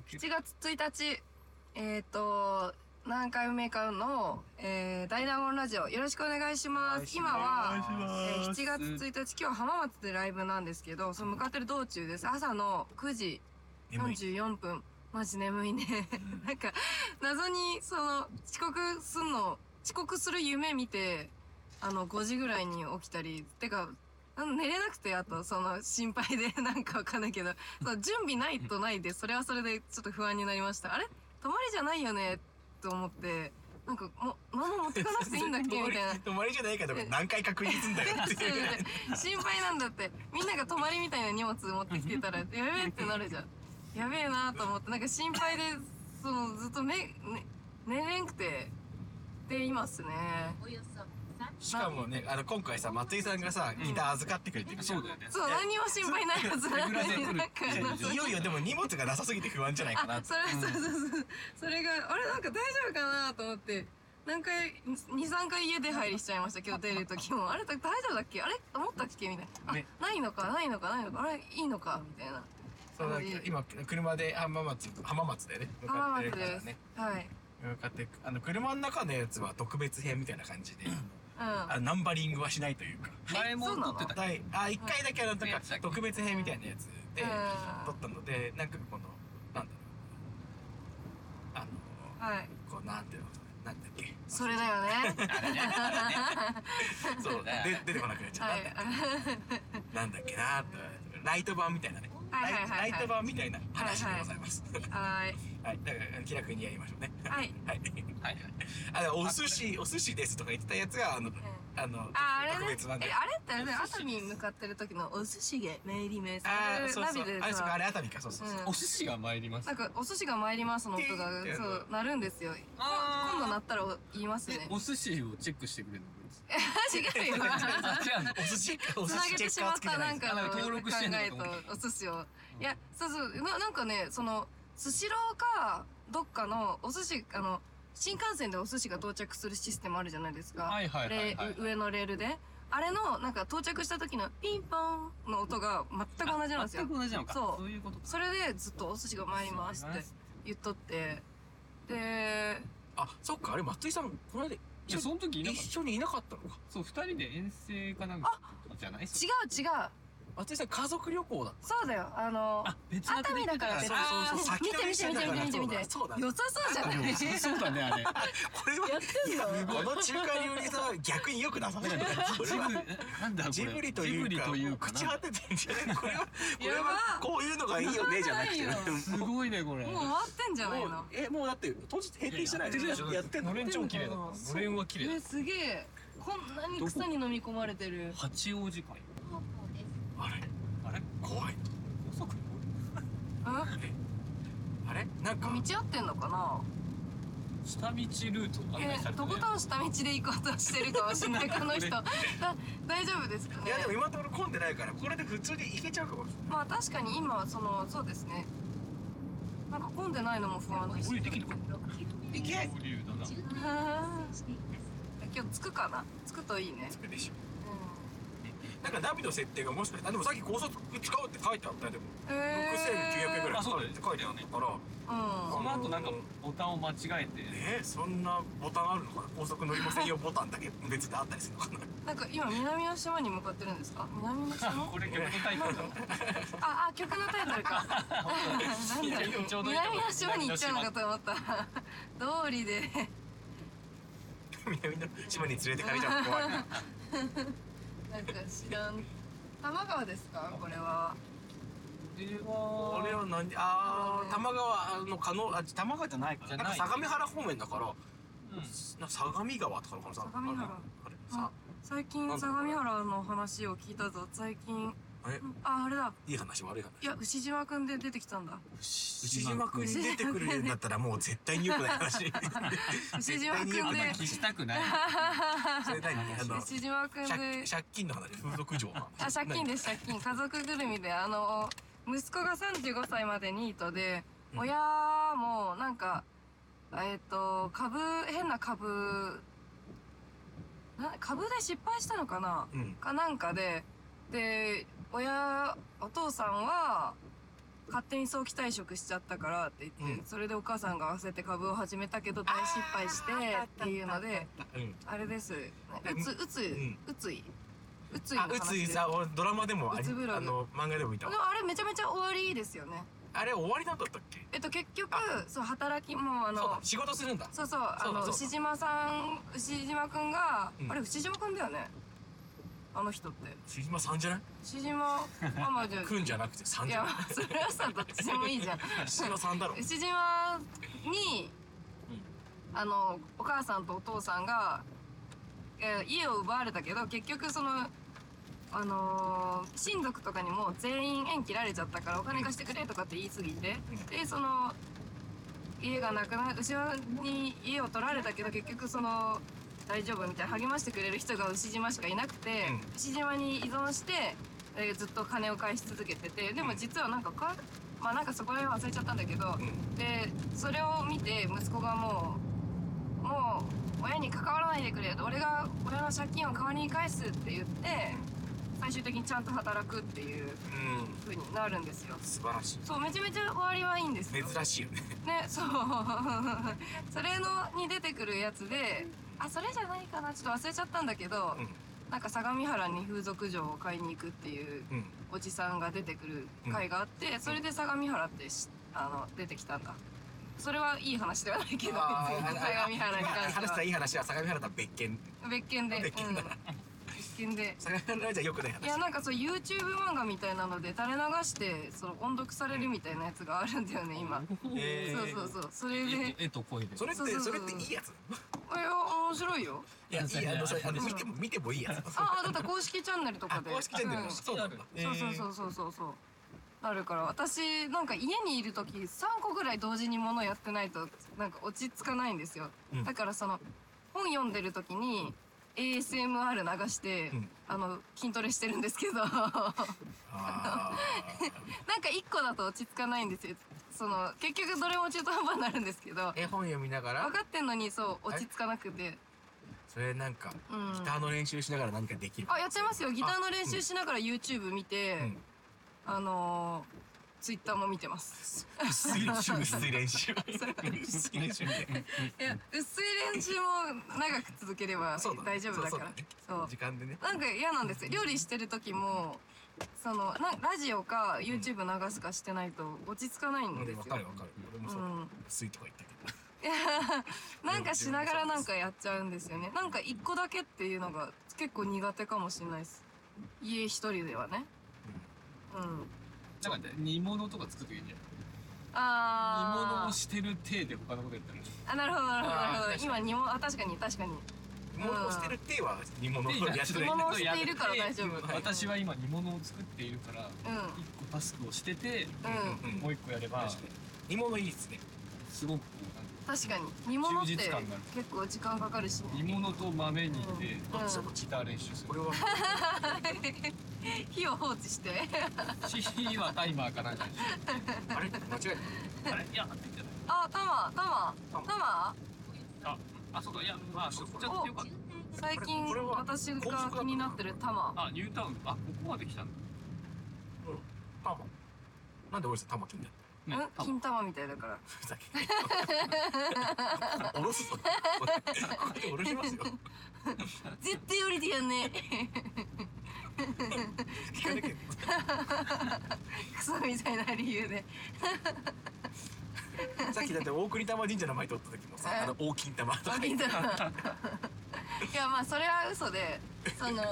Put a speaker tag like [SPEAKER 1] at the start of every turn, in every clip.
[SPEAKER 1] 7月1日、えっ、と、南海梅館の、えー、大納言ラジオ、よろしくお願いします。今は、えー、7月1日、今日浜松でライブなんですけど、その向かってる道中です。朝の9時
[SPEAKER 2] 眠い。
[SPEAKER 1] 44分。マジ眠いね。 なんか、謎に、その、遅刻すんの、遅刻する夢見て、あの、5時ぐらいに起きたり、てか、あの寝れなくて、あと、その、心配で、 なんかわかんないけど、その準備ないとないで、それはそれでちょっと不安になりました。あれ泊まりじゃないよねと思って、なんか、も、物持ってかなくていいんだっ けみたいな。
[SPEAKER 2] 泊まりじゃないかとか何回確認すんだよって
[SPEAKER 1] そう
[SPEAKER 2] いう。
[SPEAKER 1] 心配なんだってみんなが泊まりみたいな荷物持ってきてたらやべえってなるじゃんやべえなと思ってなんか心配でそのずっと目、ね、寝れんくてでいますね
[SPEAKER 3] およそ30
[SPEAKER 2] しかもね、あの、今回さ、松井さんがさ、ギター預かってくれてるじゃん。
[SPEAKER 4] そうだよね。
[SPEAKER 1] そう何にも心配ないはずなのになんかなんか
[SPEAKER 2] いよいよでも荷物がなさすぎて不安じゃないかな
[SPEAKER 1] あ
[SPEAKER 2] って
[SPEAKER 1] それそうそうそうそれがあれなんか大丈夫かなと思って何回23回家出入りしちゃいました今日出る時もあれ大丈夫だっけあれ思ったっけみたいな、
[SPEAKER 2] ね
[SPEAKER 1] あないのかないのかないのかあれいいのかみたいな
[SPEAKER 2] そうだ今車で浜松浜松でね向か
[SPEAKER 1] 浜
[SPEAKER 2] ってる
[SPEAKER 1] 松
[SPEAKER 2] から
[SPEAKER 1] です、
[SPEAKER 2] ね
[SPEAKER 1] はい
[SPEAKER 2] 向かってあの車の中のやつは特別編みたいな感じで
[SPEAKER 1] うん
[SPEAKER 2] あナンバリングはしないというか
[SPEAKER 4] 前も撮ってた
[SPEAKER 2] 第あ一回だけあのと
[SPEAKER 4] ね
[SPEAKER 2] か特別編みたいなやつで
[SPEAKER 1] うん
[SPEAKER 2] 撮ったのでなんかこのなんだろうあの
[SPEAKER 1] はい。
[SPEAKER 2] こうなんていうのなんだっけ
[SPEAKER 1] それだよね。
[SPEAKER 4] あれね。
[SPEAKER 2] そう
[SPEAKER 4] ね
[SPEAKER 2] で出てこなくなっちゃっ た、
[SPEAKER 1] はい。
[SPEAKER 2] なんだっけなってライト版みたいなね
[SPEAKER 1] はいはいはいは
[SPEAKER 2] ライ
[SPEAKER 1] い
[SPEAKER 2] ライト版みたいな話でございます、
[SPEAKER 1] はい。
[SPEAKER 2] はい、だから気楽にやりましょうね。
[SPEAKER 1] はい。
[SPEAKER 2] はい。
[SPEAKER 4] はい。
[SPEAKER 2] あのお寿司お寿司ですとか言ってたやつがあの、あの
[SPEAKER 1] あ、あ
[SPEAKER 2] 特
[SPEAKER 1] れね
[SPEAKER 2] 別なん。
[SPEAKER 1] え、
[SPEAKER 2] で。
[SPEAKER 1] あれってあれね、
[SPEAKER 4] お寿司です
[SPEAKER 1] 熱海に向かってる時のお寿司げ、メイリメイ
[SPEAKER 2] あーそう
[SPEAKER 1] ナビ
[SPEAKER 2] そう。
[SPEAKER 1] で
[SPEAKER 2] あれそうかあ
[SPEAKER 1] さ、
[SPEAKER 2] れ熱海かそうそうそう。
[SPEAKER 1] うん
[SPEAKER 4] お寿司が参ります
[SPEAKER 1] なん。かお寿司が参りますの音が
[SPEAKER 2] ピーンって
[SPEAKER 1] そう鳴るんですよ。
[SPEAKER 4] あー
[SPEAKER 1] 今度鳴ったら言います
[SPEAKER 4] で
[SPEAKER 1] ね。
[SPEAKER 4] お寿司をチェックしてくれるの。
[SPEAKER 1] 違うよ。
[SPEAKER 4] 違うの。
[SPEAKER 2] お寿司お寿
[SPEAKER 1] つなげ
[SPEAKER 2] 司チェ
[SPEAKER 1] て
[SPEAKER 2] ッ
[SPEAKER 1] し
[SPEAKER 2] カ
[SPEAKER 1] ま
[SPEAKER 2] ー
[SPEAKER 1] っ
[SPEAKER 2] つけて
[SPEAKER 1] た
[SPEAKER 2] な
[SPEAKER 1] ないん
[SPEAKER 2] です
[SPEAKER 1] か
[SPEAKER 4] あ
[SPEAKER 1] の
[SPEAKER 4] 登録してんの
[SPEAKER 1] 考
[SPEAKER 4] か
[SPEAKER 1] え
[SPEAKER 4] と思った
[SPEAKER 1] とお寿司を、いやそうそうななんかねそのスシローかどっかのお寿司あの新幹線でお寿司が到着するシステムあるじゃないですか、
[SPEAKER 4] はいはいはいはい
[SPEAKER 1] レー上のレールであれのなんか到着した時のピンポンの音が全く同じなんですよ
[SPEAKER 4] 全く同じなのか。
[SPEAKER 1] そう
[SPEAKER 4] そういうことか。
[SPEAKER 1] それでずっとお寿司が参りますって言っとってで
[SPEAKER 2] あ、そっかあれ松井さんこの間
[SPEAKER 4] いや、その時いなか
[SPEAKER 2] 一
[SPEAKER 4] った。
[SPEAKER 2] 緒にいなかったのか。
[SPEAKER 4] そう、二人で遠征かなんかじゃない
[SPEAKER 1] 違う違う
[SPEAKER 2] 松井さん家族旅行だ。
[SPEAKER 1] そうだよあの
[SPEAKER 4] あ、別の
[SPEAKER 1] 熱海だから
[SPEAKER 2] あ
[SPEAKER 1] 別
[SPEAKER 2] そうそうそう
[SPEAKER 1] あ見て見て見て見て見て見て良さ
[SPEAKER 2] そうだ
[SPEAKER 1] そうじゃない
[SPEAKER 4] そうだね、あれ。
[SPEAKER 2] これはやってんの。この中華料理さ逆によく出さない。 これ
[SPEAKER 4] ジブ
[SPEAKER 2] は
[SPEAKER 4] なんだこれ。
[SPEAKER 2] ジブリというか、
[SPEAKER 4] ジブリというか
[SPEAKER 2] 朽ち果ててんじゃない。これはこれ
[SPEAKER 1] や
[SPEAKER 2] は
[SPEAKER 1] ば
[SPEAKER 2] こういうのがいいよねじゃなくて
[SPEAKER 1] やばいよ。
[SPEAKER 4] すごいね、これ。
[SPEAKER 1] もう終わってんじゃない
[SPEAKER 2] もう
[SPEAKER 1] の
[SPEAKER 2] えもうだって当日閉店してないのやってんの
[SPEAKER 4] のれん超綺麗だった。のれんは綺麗だ
[SPEAKER 1] え
[SPEAKER 4] った。
[SPEAKER 1] すげえこんなに草に飲み込まれてる
[SPEAKER 4] 八王子海。
[SPEAKER 3] 方向です。
[SPEAKER 2] あれ
[SPEAKER 4] あれ
[SPEAKER 2] 怖い
[SPEAKER 4] 遅く
[SPEAKER 1] あ
[SPEAKER 2] あれなんか
[SPEAKER 1] 道合ってんのかな
[SPEAKER 4] 下道ルート案内さ
[SPEAKER 1] え
[SPEAKER 4] れて
[SPEAKER 1] と
[SPEAKER 4] ね
[SPEAKER 1] ことん下道で行こうとしてるかもしれないこの人だ大丈夫ですか
[SPEAKER 2] い
[SPEAKER 1] ね
[SPEAKER 2] やでも今のところ混んでないからこれで普通に行けちゃうかもしれ
[SPEAKER 1] まあ確かに今はそのそうですねなんか混んでないのも不安です
[SPEAKER 4] 降りてきるのかな
[SPEAKER 2] ない行け
[SPEAKER 4] 合流だな。
[SPEAKER 1] あー
[SPEAKER 3] しています。
[SPEAKER 1] 今日着くかな着くといいね
[SPEAKER 2] つくでしょ
[SPEAKER 1] う
[SPEAKER 2] なんかナビの設定がもしかしてあでもさっき高速使うって書いてあったよでも
[SPEAKER 1] ん
[SPEAKER 2] 6900円ぐらい
[SPEAKER 4] あ
[SPEAKER 2] か
[SPEAKER 4] そう
[SPEAKER 2] か
[SPEAKER 4] だ
[SPEAKER 2] る
[SPEAKER 4] よ
[SPEAKER 2] っ
[SPEAKER 4] ね
[SPEAKER 2] て書いてあったから
[SPEAKER 1] うん
[SPEAKER 4] その後なんかボタンを間違えて。
[SPEAKER 2] えそんなボタンあるのかな高速乗りませんよボタンだけ別であったりするのかな
[SPEAKER 1] なんか今南の島に向かってるんですか南の島
[SPEAKER 4] あ これ曲のタイトルだ。
[SPEAKER 1] あ、あ、曲のタイトルか。なんだ
[SPEAKER 4] いやちょうどいいとこ
[SPEAKER 1] 南の島に行っちゃうのかと思った。通りで。
[SPEAKER 2] 南の島に連れてかれちゃう怖いな
[SPEAKER 1] なんか知らん。多摩川ですか、これは。
[SPEAKER 2] あれは何あー多摩川の可能あ多摩川じゃないか
[SPEAKER 4] じゃ
[SPEAKER 2] な
[SPEAKER 4] ない
[SPEAKER 2] んか相模原方面だから
[SPEAKER 4] うん
[SPEAKER 2] な相模川とかの可能性ある
[SPEAKER 1] 相模原
[SPEAKER 2] あれ
[SPEAKER 1] あ
[SPEAKER 2] さ、
[SPEAKER 1] 最近
[SPEAKER 2] なんだ
[SPEAKER 1] 相模原の話を聞いたぞ。最近。
[SPEAKER 2] あれ
[SPEAKER 1] あ、あれだ。
[SPEAKER 2] いい話悪い話
[SPEAKER 1] いや、牛島くんで出てきた んだ。
[SPEAKER 2] 牛島くんに出てくるんだったらもう絶対に良くな い話
[SPEAKER 1] 牛島くんで
[SPEAKER 2] 絶対に良くない
[SPEAKER 4] 聞きたくない。
[SPEAKER 2] それ何あの
[SPEAKER 1] 牛島くんで
[SPEAKER 2] 借。借金の話風俗嬢の話
[SPEAKER 1] あ、 借金
[SPEAKER 2] で
[SPEAKER 1] です、借金。家族ぐるみで、あの、息子が35歳までニートで、親も、なんか、えっ、と、株、変な株、な株で失敗したのかな
[SPEAKER 2] うん
[SPEAKER 1] かなんかで、で、親、お父さんは、勝手に早期退職しちゃったからって言って、
[SPEAKER 2] うん
[SPEAKER 1] それでお母さんが焦って株を始めたけど大失敗してっていうので
[SPEAKER 2] うん
[SPEAKER 1] あれですうつうつ
[SPEAKER 2] ん
[SPEAKER 1] うついうついの
[SPEAKER 2] あ
[SPEAKER 1] 話
[SPEAKER 2] うつい
[SPEAKER 1] です
[SPEAKER 2] さ俺ドラマでもあり
[SPEAKER 1] うつブログ
[SPEAKER 2] あの漫画でも見
[SPEAKER 1] で
[SPEAKER 2] た
[SPEAKER 1] も
[SPEAKER 2] わ
[SPEAKER 1] あれめちゃめちゃ終わりですよね
[SPEAKER 2] あれ終わりなんだったっけ
[SPEAKER 1] えっと結局そう働きもあ
[SPEAKER 2] そうだ
[SPEAKER 1] の
[SPEAKER 2] 仕事するんだ
[SPEAKER 1] そうそうあ
[SPEAKER 2] そうだ
[SPEAKER 1] の
[SPEAKER 2] そうだ
[SPEAKER 1] 牛島さん牛島くんが、
[SPEAKER 2] うん
[SPEAKER 1] あれ牛島くんだよねあの人って
[SPEAKER 2] 杉間さんじゃない
[SPEAKER 1] 牛島ママ じゃ
[SPEAKER 2] くんじゃなくてさ
[SPEAKER 1] い
[SPEAKER 2] んじゃ
[SPEAKER 1] や
[SPEAKER 2] な
[SPEAKER 1] まあそれはさどっちでもいいじゃん
[SPEAKER 2] い杉間さんだろ
[SPEAKER 1] 牛島に、あのお母さんとお父さんが、えー家を奪われたけど結局そのあのー親族とかにも全員縁切られちゃったからお金貸してくれとかって言い過ぎて、でその家がなくな牛島に家を取られたけど結局その大丈夫みたいな励ましてくれる人が牛島しかいなくて、
[SPEAKER 2] うん
[SPEAKER 1] 牛島に依存して、えーずっと金を返し続けててでも実はなんかかまあなんかそこら辺忘れちゃったんだけど、
[SPEAKER 2] うん
[SPEAKER 1] でそれを見て息子がもうもう親に関わらないでくれ俺が俺の借金を代わりに返すって言って最終的にちゃんと働くっていう
[SPEAKER 2] うん
[SPEAKER 1] 風になるんですよ
[SPEAKER 2] 素晴らしい
[SPEAKER 1] そうめちゃめちゃ終わりはいいんですよ
[SPEAKER 2] 珍しいよね
[SPEAKER 1] ねそう それのに出てくるやつであそれじゃないかなちょっと忘れちゃったんだけど、
[SPEAKER 2] う
[SPEAKER 1] なんか相模原に風俗嬢を買いに行くっていうん
[SPEAKER 2] うん
[SPEAKER 1] おじさんが出てくる回があって、それで相模原ってしあの出てきたんだそれはいい話ではないけど別に
[SPEAKER 2] あー
[SPEAKER 1] 相模原に関
[SPEAKER 2] 話した
[SPEAKER 1] して
[SPEAKER 2] いい話は相模原とは別件
[SPEAKER 1] は別件で
[SPEAKER 2] 別件
[SPEAKER 1] うん
[SPEAKER 2] だ、
[SPEAKER 1] 別件で
[SPEAKER 2] 相模原じゃよくない話
[SPEAKER 1] いやなんかそう YouTube 漫画みたいなので垂れ流してその音読されるみたいなやつがあるんだよね今、
[SPEAKER 2] えー
[SPEAKER 1] そうそうそうそれで
[SPEAKER 4] 絵と絵と声で
[SPEAKER 2] それって
[SPEAKER 1] そうそうそ
[SPEAKER 2] そうれっていいやつ
[SPEAKER 1] これは面白いよ
[SPEAKER 2] いやいいあのそれあの
[SPEAKER 1] そう
[SPEAKER 2] 見ても見てもいいやつ
[SPEAKER 1] ああだって公式チャンネルとか
[SPEAKER 2] あ
[SPEAKER 1] で
[SPEAKER 2] 公式チャンネル
[SPEAKER 1] う
[SPEAKER 2] の
[SPEAKER 1] ん
[SPEAKER 2] そうなんだ
[SPEAKER 1] そうそうそうそうそうそう。なるから私なんか家にいる時3個ぐらい同時にものやってないとなんか落ち着かないんですよ、
[SPEAKER 2] うん
[SPEAKER 1] だからその本読んでる時に ASMR 流して、
[SPEAKER 2] うん
[SPEAKER 1] あの筋トレしてるんですけど なんか
[SPEAKER 2] あ
[SPEAKER 1] 1個だと落ち着かないんですよその結局どれも中途半端になるんですけど
[SPEAKER 2] ー絵本読みながら
[SPEAKER 1] 分かってんのにそう落ち着かなくて
[SPEAKER 2] それなんか
[SPEAKER 1] うん
[SPEAKER 2] ギターの練習しながら何かできる
[SPEAKER 1] あやっちゃいますよギターの練習しながら YouTube 見て、
[SPEAKER 2] うん
[SPEAKER 1] あのー、Twitter も見てます
[SPEAKER 2] 薄い練習薄い練習薄い練習ね
[SPEAKER 1] いや薄い練習も長く続ければ
[SPEAKER 2] そうだね
[SPEAKER 1] 大丈夫だか
[SPEAKER 2] そう
[SPEAKER 1] ら
[SPEAKER 2] だね
[SPEAKER 1] そう
[SPEAKER 2] 時間でね
[SPEAKER 1] なんか嫌なんですよ料理してる時もそのなラジオか YouTube 流すかしてないと落ち着かないん
[SPEAKER 2] 俺
[SPEAKER 1] で
[SPEAKER 2] わ
[SPEAKER 1] す
[SPEAKER 2] か
[SPEAKER 1] よ
[SPEAKER 2] るわかる俺もそううん薄いとか言ったけど
[SPEAKER 1] なんかしながらなんかやっちゃうんですよねなんか一個だけっていうのが結構苦手かもしれないです家一人ではねうん
[SPEAKER 4] なんか煮物とか作るといいんじゃない煮物
[SPEAKER 1] あ
[SPEAKER 4] を
[SPEAKER 1] ー
[SPEAKER 4] してる体で他のことやったら
[SPEAKER 1] あなるほどなるほどなる
[SPEAKER 2] あー
[SPEAKER 1] ほど今煮物あ確かに確かに
[SPEAKER 2] 物をしてる手は煮物をやって
[SPEAKER 1] 煮
[SPEAKER 2] ない
[SPEAKER 1] 物をしているから大丈夫
[SPEAKER 2] はい
[SPEAKER 4] 私は今煮物を作っているから
[SPEAKER 1] うん
[SPEAKER 4] 一個タスクをしてて
[SPEAKER 1] うん
[SPEAKER 2] うん
[SPEAKER 4] もう一個やれば
[SPEAKER 2] 確かに煮物いいですね
[SPEAKER 4] すごくこうなんか
[SPEAKER 1] 確かに煮物って
[SPEAKER 4] 充実感がある
[SPEAKER 1] 結構時間かかるしね
[SPEAKER 4] 煮物と豆にで
[SPEAKER 1] うん
[SPEAKER 4] ちょっとギター練習す
[SPEAKER 2] これ
[SPEAKER 4] る。
[SPEAKER 2] は
[SPEAKER 1] 火を放置して
[SPEAKER 4] 火はタイマーかなんかにしよ
[SPEAKER 2] あれ間違え
[SPEAKER 4] う。あれいや、待ってんじゃない。
[SPEAKER 1] あタマタマタマ
[SPEAKER 4] あ、あそうかいやまあそこちょっとよかった。
[SPEAKER 1] 最近
[SPEAKER 2] これは
[SPEAKER 1] 私が気になってるタマ
[SPEAKER 4] あニュータウンあここまで来たん
[SPEAKER 2] たうんタマなんで俺さ玉切んだよ
[SPEAKER 4] だ。ね。
[SPEAKER 1] 金玉みたいだから
[SPEAKER 2] ふざけんなおろすぞこれおろしますよ
[SPEAKER 1] 絶対降りてやんね
[SPEAKER 2] 聞かなきゃいけな
[SPEAKER 1] えクソみたいな理由で
[SPEAKER 2] いさっきだって大栗玉神社の前通った時もさあの大金玉とか
[SPEAKER 1] あ 金玉いやまあそれは嘘でその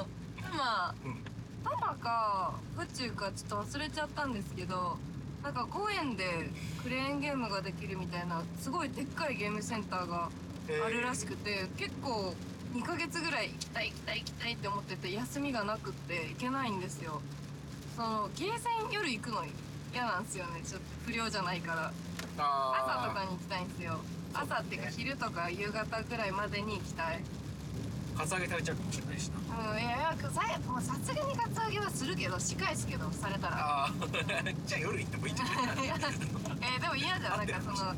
[SPEAKER 1] タマ
[SPEAKER 2] うん
[SPEAKER 1] タマか宇宙かちょっと忘れちゃったんですけどなんか公園でクレーンゲームができるみたいなすごいでっかいゲームセンターがあるらしくて結構2ヶ月ぐらい行きたい行きたい行きたいって思ってて休みがなくって行けないんですよそのゲーセン夜行くの嫌なんですよねちょっと不良じゃないから朝とかに行きたいんですよ朝っていうか昼とか夕方ぐらいまでに行きたい
[SPEAKER 2] カツアゲ食べちゃうかもしれないしな
[SPEAKER 1] うんいやいやさもうさすがにカツアゲはするけど仕返すけどされたら
[SPEAKER 2] あー じゃあ夜行ってもいいんじゃない
[SPEAKER 1] いやえーでも嫌じゃんなんかその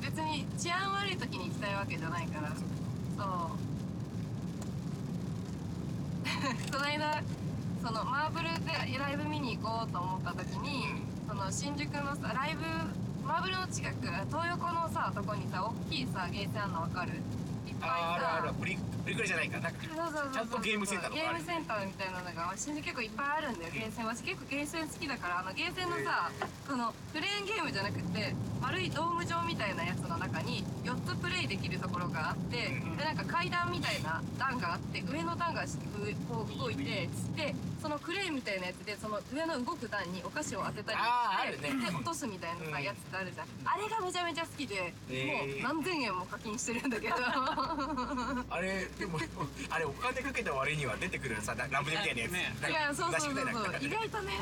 [SPEAKER 1] 別に治安悪い時に行きたいわけじゃないからそう この間そのマーブルでライブ見に行こうと思った時にそのの新宿のさライブマーブルの近く東横のさとこにさ大きいさゲーセンあんのわかるいっぱい
[SPEAKER 2] あーあるある
[SPEAKER 1] さ
[SPEAKER 2] プリプリクラじゃないかなんか
[SPEAKER 1] そうそうそうそう
[SPEAKER 2] ちゃんとゲームセンターと
[SPEAKER 1] ゲ
[SPEAKER 2] か
[SPEAKER 1] ー
[SPEAKER 2] ある
[SPEAKER 1] ムセンターみたいなのが新宿結構いっぱいあるんだよゲーセン私結構ゲーセン好きだからあのゲーセンのさこのプレーンゲームじゃなくて丸いドーム状みたいなやつの中に4つプレイできるところがあって
[SPEAKER 2] うん
[SPEAKER 1] でなんか階段みたいな段があって上の段が上こう動いてでそのクレーンみたいなやつでその上の動く段にお菓子を当てたり
[SPEAKER 2] あーある
[SPEAKER 1] して
[SPEAKER 2] ね
[SPEAKER 1] で落とすみたいなさ
[SPEAKER 2] うん
[SPEAKER 1] やつってあるじゃんあれがめちゃめちゃ好きで
[SPEAKER 2] へー
[SPEAKER 1] もう何千円も課金してるんだけど
[SPEAKER 2] あれでもあれお金かけた割には出てくるさララムネみたいなやつ、
[SPEAKER 4] ね
[SPEAKER 2] なん
[SPEAKER 1] い
[SPEAKER 2] か
[SPEAKER 1] やそうそうそうそう
[SPEAKER 2] らしくないなんか
[SPEAKER 1] 意外とね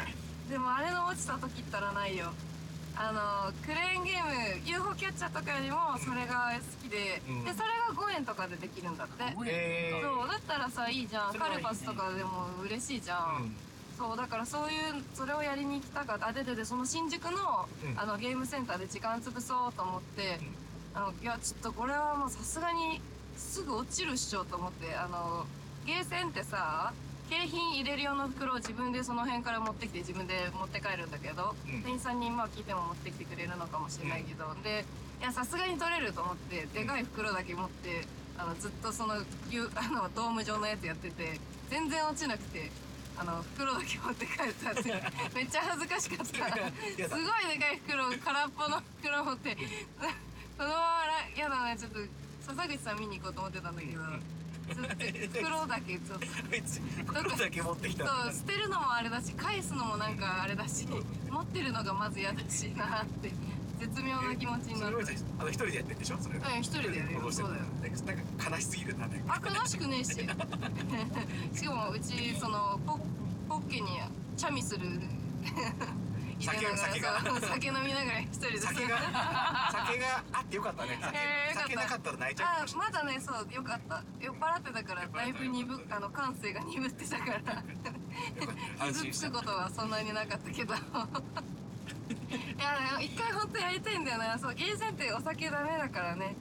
[SPEAKER 1] でもあれの落ちた時ったらないよあのクレーンゲーム UFO キャッチャーとかよりもそれが好きで、
[SPEAKER 2] うん
[SPEAKER 1] でそれが5円とかでできるんだって、
[SPEAKER 2] えー
[SPEAKER 1] そうだったらさいいじゃん
[SPEAKER 2] それは
[SPEAKER 1] カ
[SPEAKER 2] いいね
[SPEAKER 1] ルパスとかでも嬉しいじゃん、
[SPEAKER 2] うん
[SPEAKER 1] そうだからそういうそれをやりに行きたかったあでででその新宿の,、
[SPEAKER 2] うん
[SPEAKER 1] あのゲームセンターで時間潰そうと思って、あのいやちょっとこれはもうさすがにすぐ落ちるっしょと思ってあのゲーセンってさ景品入れる用の袋を自分でその辺から持ってきて自分で持って帰るんだけど、
[SPEAKER 2] うん
[SPEAKER 1] 店員さんにまあ聞いても持ってきてくれるのかもしれないけど、でいやさすがに取れると思ってでかい袋だけ持ってあのずっとそのゆ あのドーム状のやつやってて全然落ちなくてあの袋だけ持って帰ったって めっちゃ恥ずかしかったすごいでかい袋空っぽの 袋持ってそのままらやだねちょっと笹口さん見に行こうと思ってたんだけどちょっと袋だけちょっと。
[SPEAKER 2] あいつ袋だけ持ってきたん
[SPEAKER 1] そ
[SPEAKER 2] だ
[SPEAKER 1] う捨てるのもあれだし返すのもなんかあれだし持ってるのがまず嫌だしなって絶妙な気持ちに
[SPEAKER 2] そ
[SPEAKER 1] な
[SPEAKER 2] れ
[SPEAKER 1] る
[SPEAKER 2] はさあの一人でやってるでしょそ
[SPEAKER 1] う
[SPEAKER 2] れ
[SPEAKER 1] ん一人でやるよ
[SPEAKER 2] どうしても
[SPEAKER 1] そうだよ
[SPEAKER 2] なんか悲しすぎるななんか
[SPEAKER 1] あ悲しく ねえししかもうちそのポポッケにチャミする入れながら
[SPEAKER 2] 酒が酒が
[SPEAKER 1] そう酒飲みながら一人で
[SPEAKER 2] 酒が酒があってよかったね酒,、
[SPEAKER 1] えーよかった
[SPEAKER 2] 酒なかったら泣いちゃうか
[SPEAKER 1] あ
[SPEAKER 2] もしれない
[SPEAKER 1] まだねそうよかった酔っ払ってたからだいぶ鈍あの感性が鈍ってたから
[SPEAKER 2] よかった安
[SPEAKER 1] 傷
[SPEAKER 2] 心し
[SPEAKER 1] つ
[SPEAKER 2] た
[SPEAKER 1] くことはそんなになかった けどいや一回本当やりたいんだよなそうゲーセンってお酒ダメだからね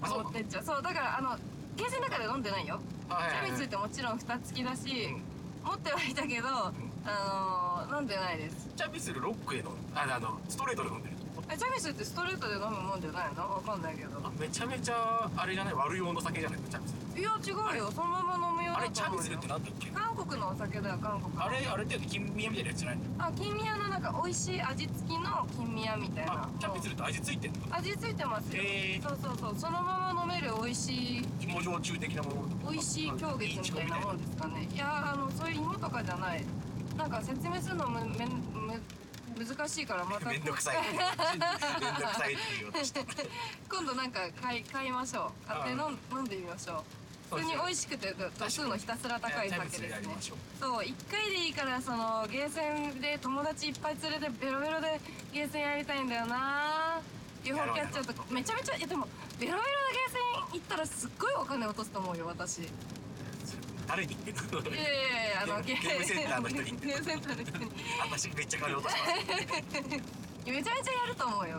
[SPEAKER 2] あそう
[SPEAKER 1] 持ってっちゃうそうだからあのゲーセンの中で飲んでないよ
[SPEAKER 2] あはい
[SPEAKER 1] チ
[SPEAKER 2] は
[SPEAKER 1] ャミ
[SPEAKER 2] いはい
[SPEAKER 1] ついてもちろん蓋付きだし、
[SPEAKER 2] うん
[SPEAKER 1] 持ってはいたけど、あのー飲んでないです
[SPEAKER 2] チャミスルロックへのああのストレートで飲んでる
[SPEAKER 1] えチャミスってストレートで飲むもんじゃないのわかんないけど
[SPEAKER 2] あめちゃめちゃあれじゃない悪用の酒じゃないチャミスル
[SPEAKER 1] いや違うよそのまま飲むよう
[SPEAKER 2] あれ
[SPEAKER 1] だ
[SPEAKER 2] チ
[SPEAKER 1] と
[SPEAKER 2] ャ
[SPEAKER 1] 思うよ
[SPEAKER 2] ミスルってなんだっけ
[SPEAKER 1] 韓国のお酒だよ韓国の
[SPEAKER 2] あれあれって金宮みたいなやつじゃないの
[SPEAKER 1] あ金宮のなんか美味しい味付きの金宮みたいな
[SPEAKER 2] あチャミスルって味ついてんの
[SPEAKER 1] 味付いてますよ、
[SPEAKER 2] へー
[SPEAKER 1] そうそうそうそのまま飲める美味しい
[SPEAKER 2] 芋焼酎的なものとか
[SPEAKER 1] 美味しい狂月みたいなもんですかねいやーあのそういう芋とかじゃないなんか説明するのむめんむ難しいからまた
[SPEAKER 2] めんどくさいめんどくさいって言おうとして
[SPEAKER 1] 今度なんか買い買いましょう買って飲ん飲んでみましょう
[SPEAKER 2] そう
[SPEAKER 1] 普通
[SPEAKER 2] です
[SPEAKER 1] に
[SPEAKER 2] ね
[SPEAKER 1] 美味しくて度数のひたすら高い
[SPEAKER 2] チャ
[SPEAKER 1] 酒で
[SPEAKER 2] ミ
[SPEAKER 1] す
[SPEAKER 2] スルやり
[SPEAKER 1] ね
[SPEAKER 2] ましょう
[SPEAKER 1] そう1回でいいからそのゲーセンで友達いっぱい連れてベロベロでゲーセンやりたいんだよな UFO キャッチャーとかめちゃめちゃいやでもベロベロでゲーセン行ったらすっごいお金落とすと思うよ私い
[SPEAKER 2] 誰に言ってる
[SPEAKER 1] やいやいやあの
[SPEAKER 2] ゲームセンターの人に
[SPEAKER 1] ゲームセンターの人に
[SPEAKER 2] 私めっちゃ金落とします
[SPEAKER 1] めちゃめちゃやると思うよ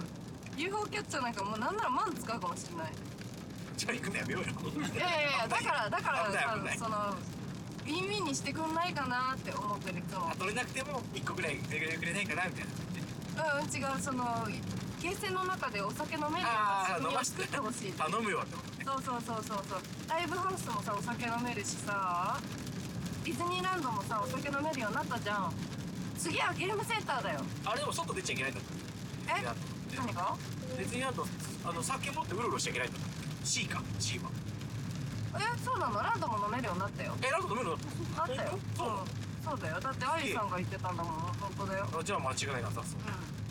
[SPEAKER 1] UFO キャッチャーなんかもうなんなら万使うかもしれない
[SPEAKER 2] じゃあ行くのやめようよ
[SPEAKER 1] いやいやいやだからだから
[SPEAKER 2] 危ない危ない
[SPEAKER 1] そのビンビンにしてくんないかなって思ってるいつも
[SPEAKER 2] あ取れなくても一個ぐらいくれないかなみたいな
[SPEAKER 1] うん違うそのゲーセンの中でお酒飲めるよ
[SPEAKER 2] あ
[SPEAKER 1] う
[SPEAKER 2] あ
[SPEAKER 1] な仕組
[SPEAKER 2] 飲
[SPEAKER 1] み
[SPEAKER 2] ま
[SPEAKER 1] を
[SPEAKER 2] し
[SPEAKER 1] 作ってほし
[SPEAKER 2] て
[SPEAKER 1] い
[SPEAKER 2] 頼むよってことね
[SPEAKER 1] そうそうそうそうそうライブハウスもさお酒飲めるしさディズニーランドもさお酒飲めるようになったじゃん次はゲームセンターだよ
[SPEAKER 2] あれでも外出ちゃいけないんだっ
[SPEAKER 1] え何が
[SPEAKER 2] て別にあとあの酒持ってうろうろしちゃいけないんだって C か C は
[SPEAKER 1] えそうなのランドも飲めるようになったよ
[SPEAKER 2] えランド飲めるの
[SPEAKER 1] あったよ
[SPEAKER 2] そうなの
[SPEAKER 1] そうそうだよだってアリさんが言ってたんだもん本当だよ
[SPEAKER 2] あじゃあ間違いなさそう
[SPEAKER 1] う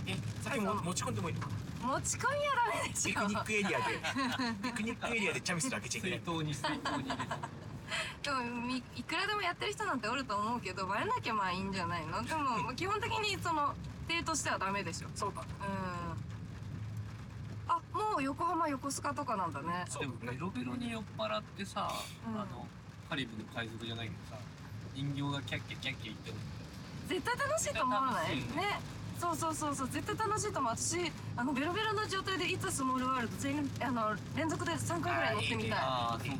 [SPEAKER 2] え酒も持ち込んでもいいの
[SPEAKER 1] ん持ち込みはダメでし
[SPEAKER 2] ピ
[SPEAKER 1] ょ
[SPEAKER 2] クニックエリアでピクニックエリアでチャミスル開けちゃいけな
[SPEAKER 4] 水
[SPEAKER 2] い
[SPEAKER 4] 筒に水筒に入れて
[SPEAKER 1] でもみいくらでもやってる人なんておると思うけどバレなきゃまあいいんじゃないのでも まあ基本的にその手としてはダメでしょう
[SPEAKER 2] そうだ
[SPEAKER 1] んあもう横浜横須賀とかなんだね
[SPEAKER 2] そう
[SPEAKER 4] でもベロベロに酔っ払ってさ、
[SPEAKER 1] うん
[SPEAKER 4] あのカリブの海賊じゃないけどさ人形がキャッキャキャッキャ言っても
[SPEAKER 1] 絶対楽しいと思わないね
[SPEAKER 4] 絶対
[SPEAKER 1] そうそうそうそう絶対楽しいと思う私あのベロベロの状態でいつスモールワールド全員あの連続で3回ぐらい乗ってみたい
[SPEAKER 4] ああそうだ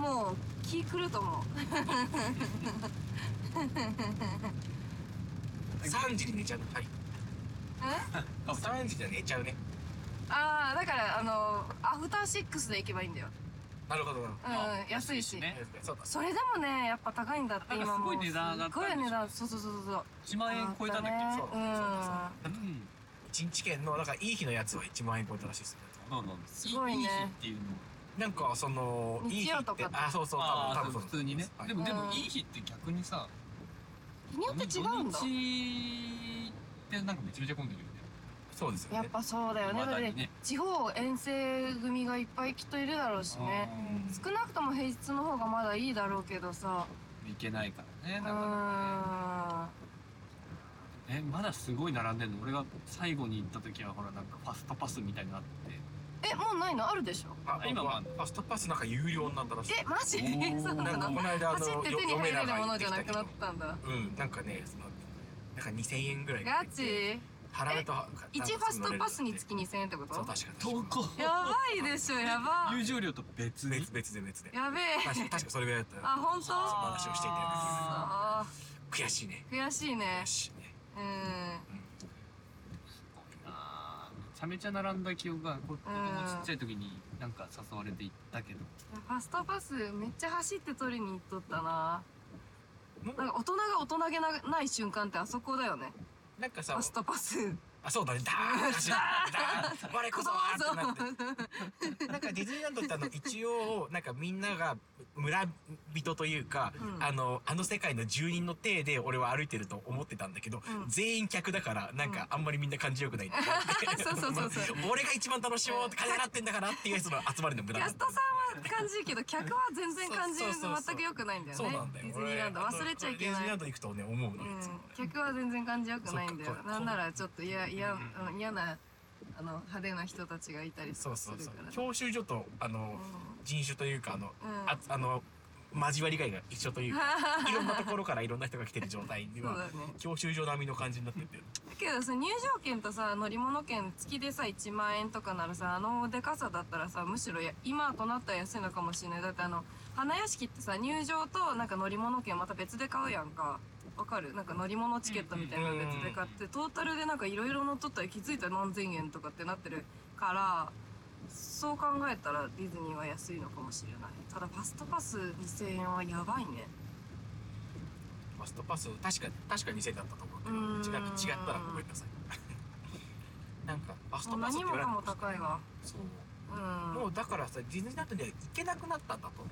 [SPEAKER 4] ね
[SPEAKER 1] もう気狂うと思う
[SPEAKER 2] 3時に寝ちゃうのはい
[SPEAKER 4] かぶった
[SPEAKER 2] 3時で寝ちゃうね
[SPEAKER 1] ああだからあのアフターシックスで行けばいいんだよ
[SPEAKER 2] なるほどなるほ
[SPEAKER 1] うん
[SPEAKER 4] あ
[SPEAKER 1] 安いし
[SPEAKER 4] 安いしね
[SPEAKER 2] そうだ
[SPEAKER 1] それでもねやっぱ高いんだって
[SPEAKER 4] なんか
[SPEAKER 1] 今も
[SPEAKER 4] すごい値段上がった
[SPEAKER 1] す
[SPEAKER 4] ん
[SPEAKER 1] ご
[SPEAKER 4] でしょ
[SPEAKER 1] い値段そうそうそうそう
[SPEAKER 4] 1万円超えたんだっけ、
[SPEAKER 1] ね
[SPEAKER 2] そう
[SPEAKER 1] うん
[SPEAKER 4] うん
[SPEAKER 2] 1日券のだからいい日のやつは1万円超えたらしいですね
[SPEAKER 4] そうなん
[SPEAKER 1] すごいね
[SPEAKER 4] いい日っていうの
[SPEAKER 2] なんかそのいい
[SPEAKER 1] 日
[SPEAKER 2] 日
[SPEAKER 1] 曜
[SPEAKER 2] っ
[SPEAKER 1] と
[SPEAKER 2] て
[SPEAKER 1] か
[SPEAKER 2] あそうそう
[SPEAKER 4] あ
[SPEAKER 2] 多
[SPEAKER 4] あ
[SPEAKER 2] 分多分
[SPEAKER 4] 普通にね、
[SPEAKER 2] はい
[SPEAKER 4] でもで
[SPEAKER 1] う
[SPEAKER 4] も
[SPEAKER 1] ん
[SPEAKER 4] いい日って逆にさ
[SPEAKER 1] 日によって違うんだ
[SPEAKER 4] 土日ってなんかめちゃめちゃ混んでるよね
[SPEAKER 2] そうですよ
[SPEAKER 1] やっ
[SPEAKER 2] ね
[SPEAKER 1] ぱそうだよね
[SPEAKER 4] ま
[SPEAKER 1] だっ
[SPEAKER 4] だ
[SPEAKER 1] て
[SPEAKER 4] にね
[SPEAKER 1] 地方遠征組がいっぱいきっといるだろうしね
[SPEAKER 2] うん
[SPEAKER 1] 少なくとも平日の方がまだいいだろうけどさ
[SPEAKER 4] うん行けないからね
[SPEAKER 1] う
[SPEAKER 4] な
[SPEAKER 1] ーん
[SPEAKER 4] かなかねえまだすごい並んでんの俺が最後に行った時はほらなんかファストパスみたいなのあって
[SPEAKER 1] えもうないのあるでしょ
[SPEAKER 2] あ
[SPEAKER 4] 今
[SPEAKER 2] 今
[SPEAKER 4] もあ
[SPEAKER 2] は
[SPEAKER 4] んの
[SPEAKER 2] ファストパスなんか有料になったらしい
[SPEAKER 1] えマジ
[SPEAKER 4] おー
[SPEAKER 1] そう
[SPEAKER 2] な
[SPEAKER 1] なん
[SPEAKER 2] か
[SPEAKER 1] の
[SPEAKER 2] この間あの
[SPEAKER 1] 走って手に入れるものじゃなくなっ
[SPEAKER 2] けど
[SPEAKER 1] たんだ
[SPEAKER 2] うんなんかねそのなんか2000円ぐらい
[SPEAKER 1] ガチ
[SPEAKER 2] 払うと
[SPEAKER 1] 1ファストパスにつき2000円ってこ
[SPEAKER 2] そう
[SPEAKER 1] と
[SPEAKER 2] 確か
[SPEAKER 4] 投稿
[SPEAKER 1] やばいでしょやば
[SPEAKER 4] 入場料と別に
[SPEAKER 2] 別別で別で
[SPEAKER 1] やべ
[SPEAKER 2] 確か
[SPEAKER 1] え
[SPEAKER 2] 確かそれぐらいだったよ
[SPEAKER 1] あ本当
[SPEAKER 2] の話をしていたよね
[SPEAKER 4] あ
[SPEAKER 1] あ
[SPEAKER 2] 悔しいね
[SPEAKER 1] ー悔しいね
[SPEAKER 2] 悔しいね
[SPEAKER 1] うん
[SPEAKER 2] うん
[SPEAKER 4] ーあーめちゃめちゃ並んだ記憶がこ子供ちっちゃい時になんか誘われて行ったけど
[SPEAKER 1] ファストパスめっちゃ走って取りに行っとったな
[SPEAKER 2] もう
[SPEAKER 1] なんか大人が大人げなない瞬間ってあそこだよね
[SPEAKER 2] なんか
[SPEAKER 1] フ
[SPEAKER 2] さ
[SPEAKER 1] ァストパス
[SPEAKER 2] あそうだねダーン走る ダーン我こ
[SPEAKER 1] 子
[SPEAKER 2] そ
[SPEAKER 1] 供
[SPEAKER 2] はってなって
[SPEAKER 1] そう
[SPEAKER 2] なんかディズニーランドってあの一応なんかみんなが村人というか、
[SPEAKER 1] うん
[SPEAKER 2] あのあの世界の住人の体で俺は歩いてると思ってたんだけど、
[SPEAKER 1] うん
[SPEAKER 2] 全員客だからなんかあんまりみんな感じよくないって
[SPEAKER 1] うんそう そうそう そう
[SPEAKER 2] 俺が一番楽しもうって金払ってんだからっていうやつの集まりの村
[SPEAKER 1] キ
[SPEAKER 2] な
[SPEAKER 1] ャ
[SPEAKER 2] ん
[SPEAKER 1] ス
[SPEAKER 2] だ
[SPEAKER 1] トさんは感じるけど客は全然感じる
[SPEAKER 2] そうそうそうそう
[SPEAKER 1] 全く良くないんだよ
[SPEAKER 2] そう
[SPEAKER 1] ね
[SPEAKER 2] なんだよ
[SPEAKER 1] ディズニーランド
[SPEAKER 2] 俺
[SPEAKER 1] 忘れちゃいけ
[SPEAKER 2] ディズニー
[SPEAKER 1] な
[SPEAKER 2] ラ
[SPEAKER 1] い
[SPEAKER 2] ンド行くとね思うの、
[SPEAKER 1] う
[SPEAKER 2] いつも
[SPEAKER 1] ん、客は全然感じよくないんだよ
[SPEAKER 2] そっか
[SPEAKER 1] なんならちょっと嫌嫌あの嫌なあの派手な人たちがいたりす
[SPEAKER 2] そ
[SPEAKER 1] る
[SPEAKER 2] うそうそう
[SPEAKER 1] からね
[SPEAKER 2] 教習所とあの人種というかあの、
[SPEAKER 1] うんうん
[SPEAKER 2] ああの交わりがいが一緒と いうかいろんなところからいろんな人が来てる状態に
[SPEAKER 1] そうだ
[SPEAKER 2] は
[SPEAKER 1] ね
[SPEAKER 2] 教習所並みの感じになってて
[SPEAKER 1] だけどさ入場券とさ乗り物券付きでさ1万円とかならさあのでかさだったらさむしろや今となったら安いのかもしれないだってあの花屋敷ってさ入場となんか乗り物券また別で買うやんかわかるなんか乗り物チケットみたいなの別で買ってトータルでなんかいろいろ乗っとったら気づいたら何千円とかってなってるからそう考えたらディズニーは安いのかもしれないただファストパス2000円はやばいね
[SPEAKER 2] ファストパス確か確か2000だったと思うけ
[SPEAKER 1] う
[SPEAKER 2] ど
[SPEAKER 1] ーん
[SPEAKER 2] 違違ったらごめんなさい なんかファス
[SPEAKER 1] も
[SPEAKER 2] ト
[SPEAKER 1] う何
[SPEAKER 2] パスって言
[SPEAKER 1] も
[SPEAKER 2] われ
[SPEAKER 1] か
[SPEAKER 2] る
[SPEAKER 1] も高いわ
[SPEAKER 2] そ
[SPEAKER 1] う
[SPEAKER 2] う、
[SPEAKER 1] ん
[SPEAKER 2] もうだからさディズニーランドには行けなくなったんだと思う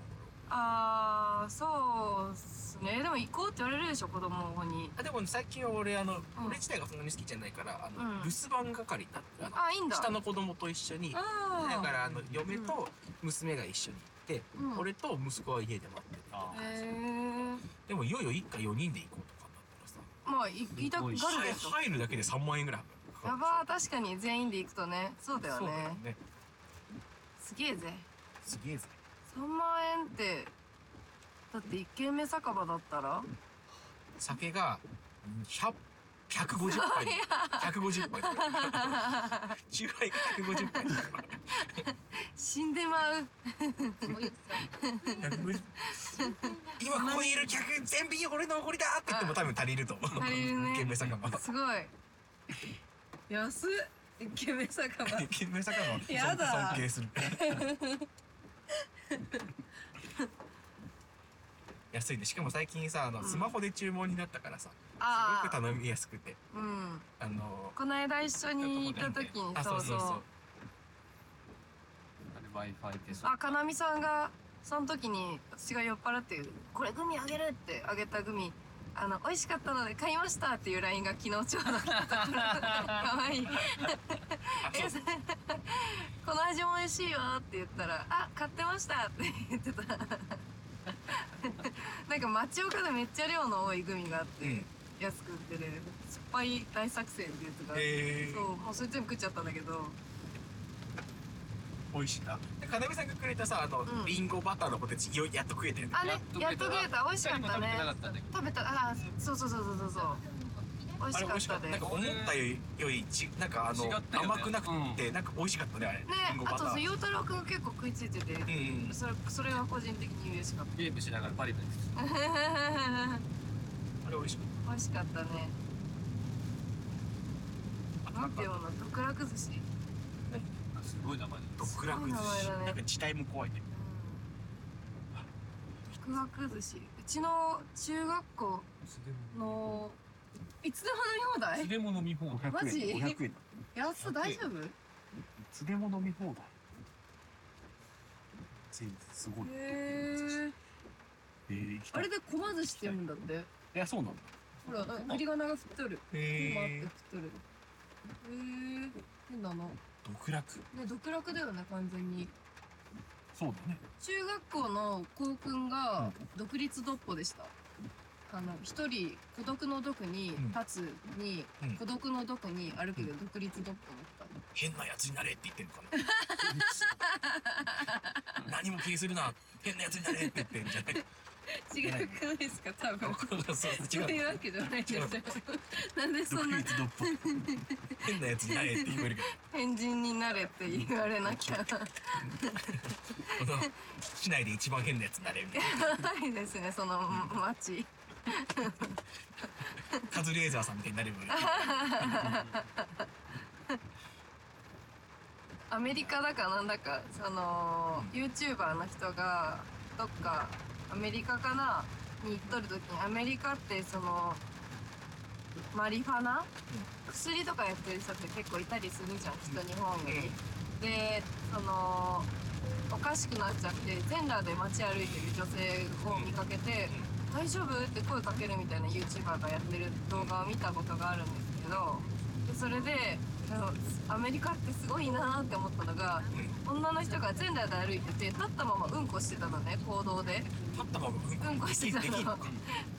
[SPEAKER 1] あーそうっすねでも行こうって言われるでしょ子供の方に
[SPEAKER 2] あでも、ね、最近は俺あの、俺自体がそんなに好きじゃないからあの、
[SPEAKER 1] うん
[SPEAKER 2] 留守番係になってあの
[SPEAKER 1] あいいんだ
[SPEAKER 2] 下の子供と一緒にだ
[SPEAKER 1] あー
[SPEAKER 2] からあの嫁と娘が一緒に行って、
[SPEAKER 1] うん
[SPEAKER 2] 俺と息子は家で待ってて
[SPEAKER 4] あ
[SPEAKER 1] へえ
[SPEAKER 2] でもいよいよ一家4人で行こうとかに
[SPEAKER 1] まあ行行きたくなる
[SPEAKER 2] なった
[SPEAKER 1] で
[SPEAKER 2] ら
[SPEAKER 1] し
[SPEAKER 2] さ
[SPEAKER 1] ょ
[SPEAKER 2] 入入るだけで3万円ぐらいかか
[SPEAKER 1] や
[SPEAKER 2] る
[SPEAKER 1] ばー確かに全員で行くとねそうだよ
[SPEAKER 2] そう
[SPEAKER 1] ね
[SPEAKER 2] だよね
[SPEAKER 1] すげえぜ
[SPEAKER 2] すげえぜ
[SPEAKER 1] 3万円ってだって一軒目酒場だったら
[SPEAKER 2] 酒が100 150杯 で150杯だから酎ハイが150杯だから
[SPEAKER 1] 死んでまう
[SPEAKER 2] 150今ここにいる客全品俺のおごりだって言っても多分足りると思う
[SPEAKER 1] 足りるね
[SPEAKER 2] 懸命酒場
[SPEAKER 1] すごい安っ一軒目酒 場
[SPEAKER 2] 懸命酒場
[SPEAKER 1] やだ
[SPEAKER 2] 尊敬する安いねしかも最近さあのスマホで注文になったからさす
[SPEAKER 1] あ
[SPEAKER 2] ごく
[SPEAKER 1] あ
[SPEAKER 2] 頼みやすくて
[SPEAKER 1] うん
[SPEAKER 2] あの
[SPEAKER 1] この間一緒に行った時に
[SPEAKER 2] あ
[SPEAKER 1] そうそう
[SPEAKER 4] あれ w i f i でさ
[SPEAKER 1] あかなみさんがその時に私が酔っ払って「これグミあげる」ってあげたグミあの美味しかったので買いましたっていう LINE が昨日ちょうど 来たからかわいい
[SPEAKER 2] あそ
[SPEAKER 1] えそ
[SPEAKER 2] う
[SPEAKER 1] れこの味も美味しいよって言ったら「あ買ってました」って言ってた なんか町岡でめっちゃ量の多いグミがあっ
[SPEAKER 2] う
[SPEAKER 1] て
[SPEAKER 2] ん
[SPEAKER 1] 安く売ってる酸っぱい大作戦ってやつがあって
[SPEAKER 2] えー
[SPEAKER 1] そうもうそれ全部食っちゃったんだけど
[SPEAKER 2] 美味しいな。かなめさんがくれたさ、あの、
[SPEAKER 1] うん
[SPEAKER 2] リンゴバターのポテチ、よやっと食えたよね。
[SPEAKER 1] あねやっと食えた美味しかった
[SPEAKER 4] 二人も食べ
[SPEAKER 1] ね
[SPEAKER 4] てなかったんだけど
[SPEAKER 1] 食べたあそうそうそうそうそうそう美味
[SPEAKER 2] あ
[SPEAKER 1] し
[SPEAKER 2] れ美
[SPEAKER 1] かっ
[SPEAKER 2] 味しか
[SPEAKER 1] た
[SPEAKER 2] った。
[SPEAKER 1] で
[SPEAKER 2] なんか思ったより、よりち、なんかあの、
[SPEAKER 4] 違ったよね
[SPEAKER 2] 甘くなくて、なんか美味しかったね、あれ。
[SPEAKER 1] ね
[SPEAKER 2] リンゴ
[SPEAKER 1] あ
[SPEAKER 2] バタ
[SPEAKER 1] とそう
[SPEAKER 2] ー。
[SPEAKER 1] 陽太郎くんが結構食いついてて、
[SPEAKER 2] うんうん。
[SPEAKER 1] それそれが個人的に嬉し かっ
[SPEAKER 4] ゲームしながらパリパリして
[SPEAKER 1] た
[SPEAKER 2] あれ美味しかっ
[SPEAKER 1] 美味しかったね
[SPEAKER 2] た。
[SPEAKER 1] なんていうの極楽寿司、
[SPEAKER 4] すごい名前だ
[SPEAKER 2] 極楽寿
[SPEAKER 1] そう
[SPEAKER 2] 司、
[SPEAKER 1] だね
[SPEAKER 2] なんか地帯も怖いね
[SPEAKER 1] うん、極楽寿司うちの中学校のいつでも飲み 放題
[SPEAKER 2] いつでも飲み放題
[SPEAKER 1] マジ
[SPEAKER 3] 500円500円い
[SPEAKER 1] 安大丈夫
[SPEAKER 3] つでも飲み放題すごい、
[SPEAKER 1] へー
[SPEAKER 3] えー、行き
[SPEAKER 1] あ
[SPEAKER 3] たい
[SPEAKER 1] れで駒寿司って言うんだって
[SPEAKER 3] いやそうなんだ
[SPEAKER 1] ほら栗が長く太る
[SPEAKER 2] へ
[SPEAKER 1] 今あって
[SPEAKER 2] え
[SPEAKER 1] 太るへー変だなね
[SPEAKER 2] 極楽
[SPEAKER 1] 独楽だよね完全に
[SPEAKER 3] そうだね
[SPEAKER 1] 中学校の校訓が独立独歩でした。あの、一人、孤独の独に
[SPEAKER 2] うん、
[SPEAKER 1] 立つに、
[SPEAKER 2] うん
[SPEAKER 1] 孤独の独に歩けど独立独歩だった。
[SPEAKER 2] 変なやつになれって言ってんのか な何も気にするな変なやつになれって言ってんじゃない
[SPEAKER 1] 違うくないですか多分。
[SPEAKER 2] そう
[SPEAKER 1] そう
[SPEAKER 2] 違
[SPEAKER 1] いううわけじゃないです
[SPEAKER 2] 違
[SPEAKER 1] よ
[SPEAKER 2] う。
[SPEAKER 1] なんでそん
[SPEAKER 3] 独
[SPEAKER 1] な
[SPEAKER 3] 立ドッポ
[SPEAKER 2] 変なやつになれって言えるけ
[SPEAKER 1] 変人になれって 言われなきゃ。
[SPEAKER 2] どこの市内で一番変なやつになれみたい
[SPEAKER 1] ないですね、その街。
[SPEAKER 2] なカズレーザーさんみたいになればいい
[SPEAKER 1] アメリカだかなんだかその YouTuber の人がどっかアメリカかなに行っとる時にアメリカってそのマリファナ、薬とかやってる人って結構いたりするじゃん人日本に。でそのおかしくなっちゃって全裸で街歩いてる女性を見かけて「大丈夫?」って声かけるみたいな YouTuber がやってる動画を見たことがあるんですけどでそれであのアメリカってすごいなーって思ったのが女の人が全裸で歩いてて立ったままうんこしてたのね行動で
[SPEAKER 2] 立ったまま
[SPEAKER 1] う
[SPEAKER 2] うん
[SPEAKER 1] こしてたの
[SPEAKER 2] できんのか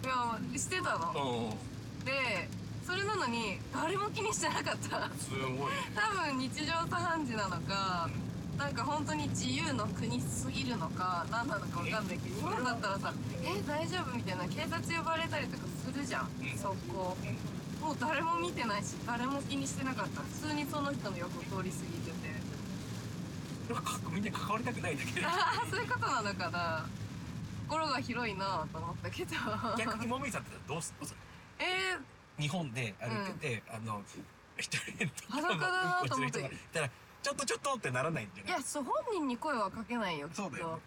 [SPEAKER 1] いやしてたの
[SPEAKER 2] うん
[SPEAKER 1] でそれなのに誰も気にしてなかった
[SPEAKER 2] すごい
[SPEAKER 1] 多分日常茶飯事なのかなんか本当に自由の国すぎるのか何なのかわかんないけど日本だったらさ「え大丈夫?」みたいな警察呼ばれたりとかするじゃん
[SPEAKER 2] うん
[SPEAKER 1] 速攻もう誰も見てないし誰も気にしてなかった普通にその人の横通り過ぎてて
[SPEAKER 2] なんかみんな関わりたくないんだけど
[SPEAKER 1] ああそういうことなのかな心が広いなぁと思ったけど
[SPEAKER 2] 逆にもみさんってどうするの
[SPEAKER 1] えー、
[SPEAKER 2] 日本で歩いてて、あの一人で
[SPEAKER 1] 裸だなと思って
[SPEAKER 2] うんこしてる人がいたらちょっとちょっとってならないんじゃ
[SPEAKER 1] い
[SPEAKER 2] ない
[SPEAKER 1] やそう本人に声はかけないよきっと
[SPEAKER 2] そうだよ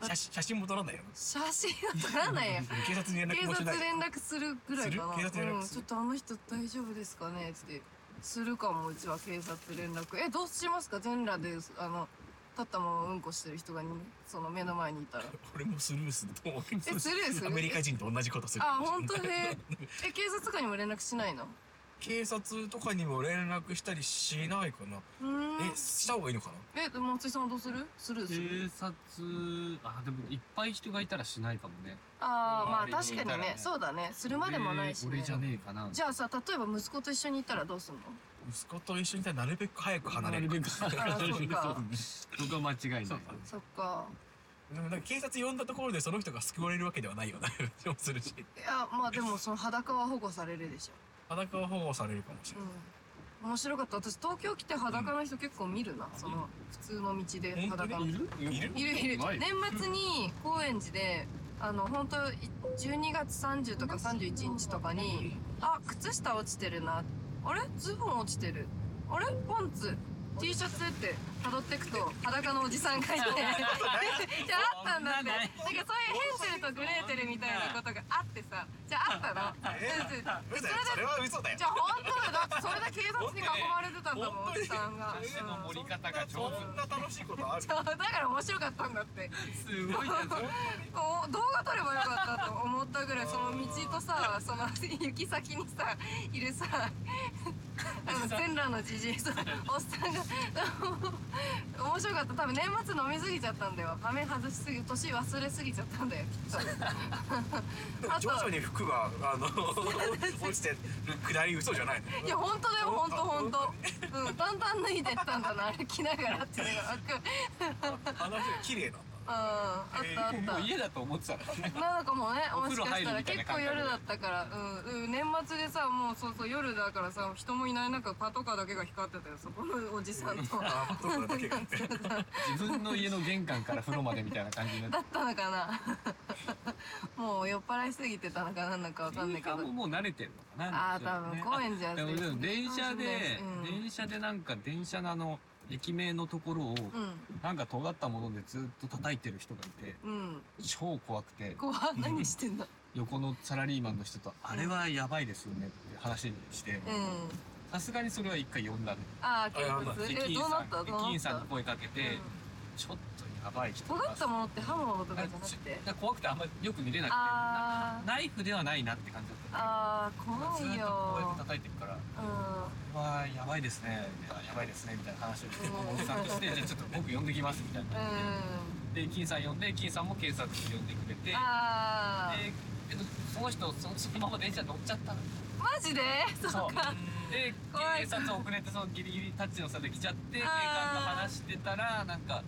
[SPEAKER 2] ね写真写真も撮らないよ
[SPEAKER 1] 写真は撮らないよ
[SPEAKER 2] 警察に連絡
[SPEAKER 1] 警
[SPEAKER 2] もし
[SPEAKER 1] 察
[SPEAKER 2] ない
[SPEAKER 1] 連絡するぐらいかな。
[SPEAKER 2] する警察連絡
[SPEAKER 1] うん、
[SPEAKER 2] す
[SPEAKER 1] ち
[SPEAKER 2] る
[SPEAKER 1] ょっとあの人大丈夫ですかねって。するかも、うちは警察連絡。え、どうしますか全裸で、あの、立ったままうんこしてる人がに、その目の前にいた ら。
[SPEAKER 2] 俺もスルーすると思うけど
[SPEAKER 1] え、スルーする
[SPEAKER 2] アメリカ人と同じことする
[SPEAKER 1] あ、本当ね。え、警察とかにも連絡しないの
[SPEAKER 2] 警察とかにも連絡したりしないかな、
[SPEAKER 1] うーん
[SPEAKER 2] え。した方がいいのか
[SPEAKER 1] え、でも松井さんはどうするスルーする
[SPEAKER 4] 警察あでもいっぱい人がいたらしないかもね
[SPEAKER 1] ああ、まあ
[SPEAKER 4] 周り
[SPEAKER 1] 確
[SPEAKER 4] に
[SPEAKER 1] か
[SPEAKER 4] いたら
[SPEAKER 1] に
[SPEAKER 4] ね
[SPEAKER 1] ね。そうだね。するまでもないし、ね
[SPEAKER 4] 俺俺じゃねえかな
[SPEAKER 1] じゃあさ、例えば息子と一緒にいたらどうすんの
[SPEAKER 2] な息子と一緒にいたらなるべく早く離れる
[SPEAKER 4] なるべく
[SPEAKER 1] あーそっか。
[SPEAKER 4] そこは間違いない
[SPEAKER 2] そう
[SPEAKER 1] そっか。
[SPEAKER 2] でもなんか警察呼んだところでその人が救われるわけではないような気もするし
[SPEAKER 1] いや、まあでもその裸は保護されるでしょ。
[SPEAKER 2] 裸は保護されるかもしれない、
[SPEAKER 1] うん、面白かった私東京来て裸の人結構見るな、その普通の道で
[SPEAKER 2] 本当に
[SPEAKER 1] 裸の
[SPEAKER 4] い
[SPEAKER 1] 人
[SPEAKER 4] る
[SPEAKER 2] いる
[SPEAKER 1] いるいる
[SPEAKER 4] ない
[SPEAKER 1] 年末に高円寺であの本当い12月30とか31日とかにあ靴下落ちてるなあれズボン落ちてるあれパンツ T シャツって辿ってくと裸のおじさん がいていやあったんだってなんかそういうヘンゼルとグレーテルみたいなことがあってさじゃああったな
[SPEAKER 2] え嘘だよそれは嘘だよ
[SPEAKER 1] じゃあ本当だよだってそれだけ警察に囲まれてたんだもん、
[SPEAKER 2] 本
[SPEAKER 1] お
[SPEAKER 2] 当
[SPEAKER 1] じ
[SPEAKER 2] に
[SPEAKER 1] さん が、
[SPEAKER 2] それの
[SPEAKER 1] うん
[SPEAKER 4] 盛り方が
[SPEAKER 2] そ
[SPEAKER 4] 上
[SPEAKER 2] んな楽しいことある
[SPEAKER 1] そうだから面白かったんだって
[SPEAKER 4] 手すごいねそれ
[SPEAKER 1] お動画撮ればよかったと思ったぐらいその道とさその行き先にさいるさあの全裸のじじいさおっさんが面白かった多分年末飲みすぎちゃったんだよ画面外しすぎ年忘れすぎちゃったんだよきっと
[SPEAKER 2] でも徐々に服があ の落ちてる下り嘘じゃないの
[SPEAKER 1] いや本当だよ本当本当うんだんだん脱いでったんだな歩きながらっていうのが分かる
[SPEAKER 2] あの人綺麗なんだ
[SPEAKER 1] あったあっ
[SPEAKER 4] も
[SPEAKER 1] た
[SPEAKER 4] う家だと思ってたからね
[SPEAKER 1] なのかもね
[SPEAKER 4] お
[SPEAKER 1] も
[SPEAKER 4] 風
[SPEAKER 1] し
[SPEAKER 4] 呂
[SPEAKER 1] かした
[SPEAKER 4] 入る
[SPEAKER 1] ら
[SPEAKER 4] みたいな
[SPEAKER 1] 結構
[SPEAKER 4] 感覚で
[SPEAKER 1] 夜だったからうん、うん、年末でさもうそうそう夜だからさ人もいない中パトカーだけが光ってたよそこのおじさんとだ
[SPEAKER 2] あーパトカーだけがね
[SPEAKER 4] 自分の家の玄関から風呂までみたいな感じになっ
[SPEAKER 1] ったのかなもう酔っ払いすぎてたのかなんだ かわ
[SPEAKER 4] て
[SPEAKER 1] かんないけど
[SPEAKER 4] ももう慣れてるのかな
[SPEAKER 1] ああ多分
[SPEAKER 4] ね
[SPEAKER 1] 高円寺は
[SPEAKER 4] でもでも電車で、
[SPEAKER 1] うん
[SPEAKER 4] 電車でなんか電車のあの駅名のところをなんか尖ったものでずっと叩いてる人がいて
[SPEAKER 1] うん、うん、
[SPEAKER 4] 超怖くて
[SPEAKER 1] 怖っ何してんだ
[SPEAKER 4] 横のサラリーマンの人とあれはやばいですよねって話にして
[SPEAKER 1] うん
[SPEAKER 4] さすがにそれは一回呼んだの
[SPEAKER 1] ああ警
[SPEAKER 2] あやば
[SPEAKER 1] 察
[SPEAKER 4] 駅
[SPEAKER 1] え
[SPEAKER 4] 員
[SPEAKER 1] どうな
[SPEAKER 4] さ
[SPEAKER 1] った
[SPEAKER 4] ん
[SPEAKER 1] どう
[SPEAKER 4] 駅
[SPEAKER 1] な
[SPEAKER 4] 員
[SPEAKER 1] っ
[SPEAKER 4] さん
[SPEAKER 1] た
[SPEAKER 4] に声かけて、ちょっとやばい人
[SPEAKER 1] 尖ったものって刃物と
[SPEAKER 4] と
[SPEAKER 1] かじゃなくて
[SPEAKER 4] 怖くてあんまりよく見れなくて
[SPEAKER 1] あー
[SPEAKER 4] なナイフではないなって感じだったんだけど
[SPEAKER 1] ああ
[SPEAKER 4] ず
[SPEAKER 1] 怖い
[SPEAKER 4] ーっとこうやっ
[SPEAKER 1] よ
[SPEAKER 4] て叩いてるから、
[SPEAKER 1] うん
[SPEAKER 4] わーやばいですね、いややばいですねみたいな話をして、おじさんとして、じゃあちょっと僕呼んできますみたいな
[SPEAKER 1] う。
[SPEAKER 4] で、金さん呼んで、金さんも警察呼んでくれて、
[SPEAKER 1] ん
[SPEAKER 4] で
[SPEAKER 1] ああ、
[SPEAKER 4] えっとその人そ、そのまま電車乗っちゃったの。
[SPEAKER 1] マジでそうか
[SPEAKER 4] で、
[SPEAKER 1] 怖い
[SPEAKER 4] 警察遅れて、そのギリギリタッチの差で来ちゃって、警官と
[SPEAKER 1] あー
[SPEAKER 4] 話してたら、なんか、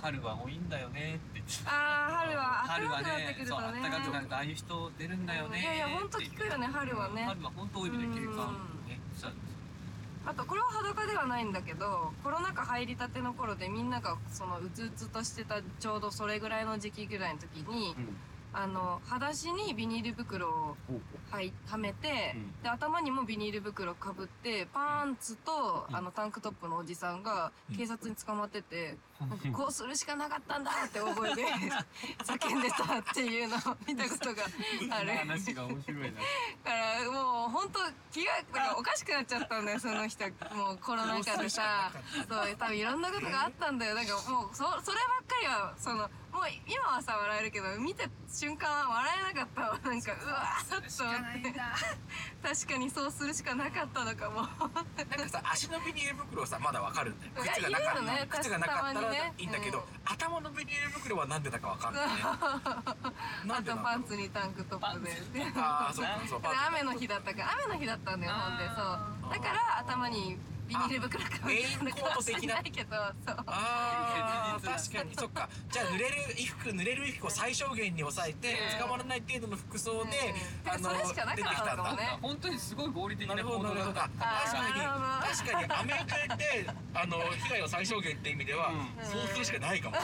[SPEAKER 4] 春は多いんだよねって言って。
[SPEAKER 1] ああ春は暖かくなってくる
[SPEAKER 4] そう、
[SPEAKER 1] と
[SPEAKER 4] あっ
[SPEAKER 1] ね
[SPEAKER 4] たかくなると、ああいう人出るんだよね
[SPEAKER 1] いやいや本当聞くよね春はね
[SPEAKER 4] 春は本当多いみたいな、警官
[SPEAKER 1] うん
[SPEAKER 4] ね。そしたら
[SPEAKER 1] あとこれは裸ではないんだけどコロナ禍入りたての頃でみんながそのうつうつとしてたちょうどそれぐらいの時期ぐらいの時に、
[SPEAKER 3] うん
[SPEAKER 1] あの裸足にビニール袋を
[SPEAKER 3] おう
[SPEAKER 1] はいはめて、
[SPEAKER 3] うん
[SPEAKER 1] で頭にもビニール袋かぶってパンツと、
[SPEAKER 4] うん
[SPEAKER 1] あのタンクトップのおじさんが
[SPEAKER 2] うん
[SPEAKER 1] 警察に捕まってて、なん かこうするしかなかったんだって大 声で叫んでたっていうのを見たことがある。
[SPEAKER 4] 話が面白いな。
[SPEAKER 1] だからもう本当気がなんかおかしくなっちゃったんだよ その人もうコロナ禍でさそう多分いろんなことがあったんだよなんかもうそそればっかりはそのもう今はさ笑えるけど見た瞬間は笑えなかったわなんかうわーっと思って確かにそうするしかなかったのかも
[SPEAKER 2] なんかさ足のビニール袋はさまだわかるんだよ靴が
[SPEAKER 1] い
[SPEAKER 2] な
[SPEAKER 1] や
[SPEAKER 2] かっ
[SPEAKER 1] いるよね
[SPEAKER 2] たら靴がなかった
[SPEAKER 1] たま
[SPEAKER 2] ら
[SPEAKER 1] にね
[SPEAKER 2] いいんだけど、
[SPEAKER 1] うん
[SPEAKER 2] 頭のビニール袋はなんでだかわかんないねな
[SPEAKER 1] あ
[SPEAKER 2] んで
[SPEAKER 1] と
[SPEAKER 2] なんだろう
[SPEAKER 1] パンツにタンクトップでで
[SPEAKER 2] ああそうかそう
[SPEAKER 1] で
[SPEAKER 2] か
[SPEAKER 1] 雨の日だったから雨の日だったんだよほんでそうだから頭にビニール袋かぶってたのかもしれないけどそう
[SPEAKER 2] ああ
[SPEAKER 4] 現実だ
[SPEAKER 2] 確かにそっかじゃあ濡れる衣服濡れる衣服を最小限に抑えて
[SPEAKER 1] うん
[SPEAKER 2] 捕まらない程度の服装で、
[SPEAKER 1] うんてかそれしかなかったのかもね
[SPEAKER 4] なんか本当にすごい合理的
[SPEAKER 2] なる
[SPEAKER 4] な
[SPEAKER 2] ほ
[SPEAKER 4] 行
[SPEAKER 2] ど
[SPEAKER 4] 動
[SPEAKER 2] なる
[SPEAKER 4] だ
[SPEAKER 2] ほ
[SPEAKER 4] った
[SPEAKER 2] ど確。か
[SPEAKER 1] あー
[SPEAKER 2] に確かにアメリカってあの被害を最小限って意味では、
[SPEAKER 4] うん
[SPEAKER 2] そうするしかないかも、
[SPEAKER 4] 捕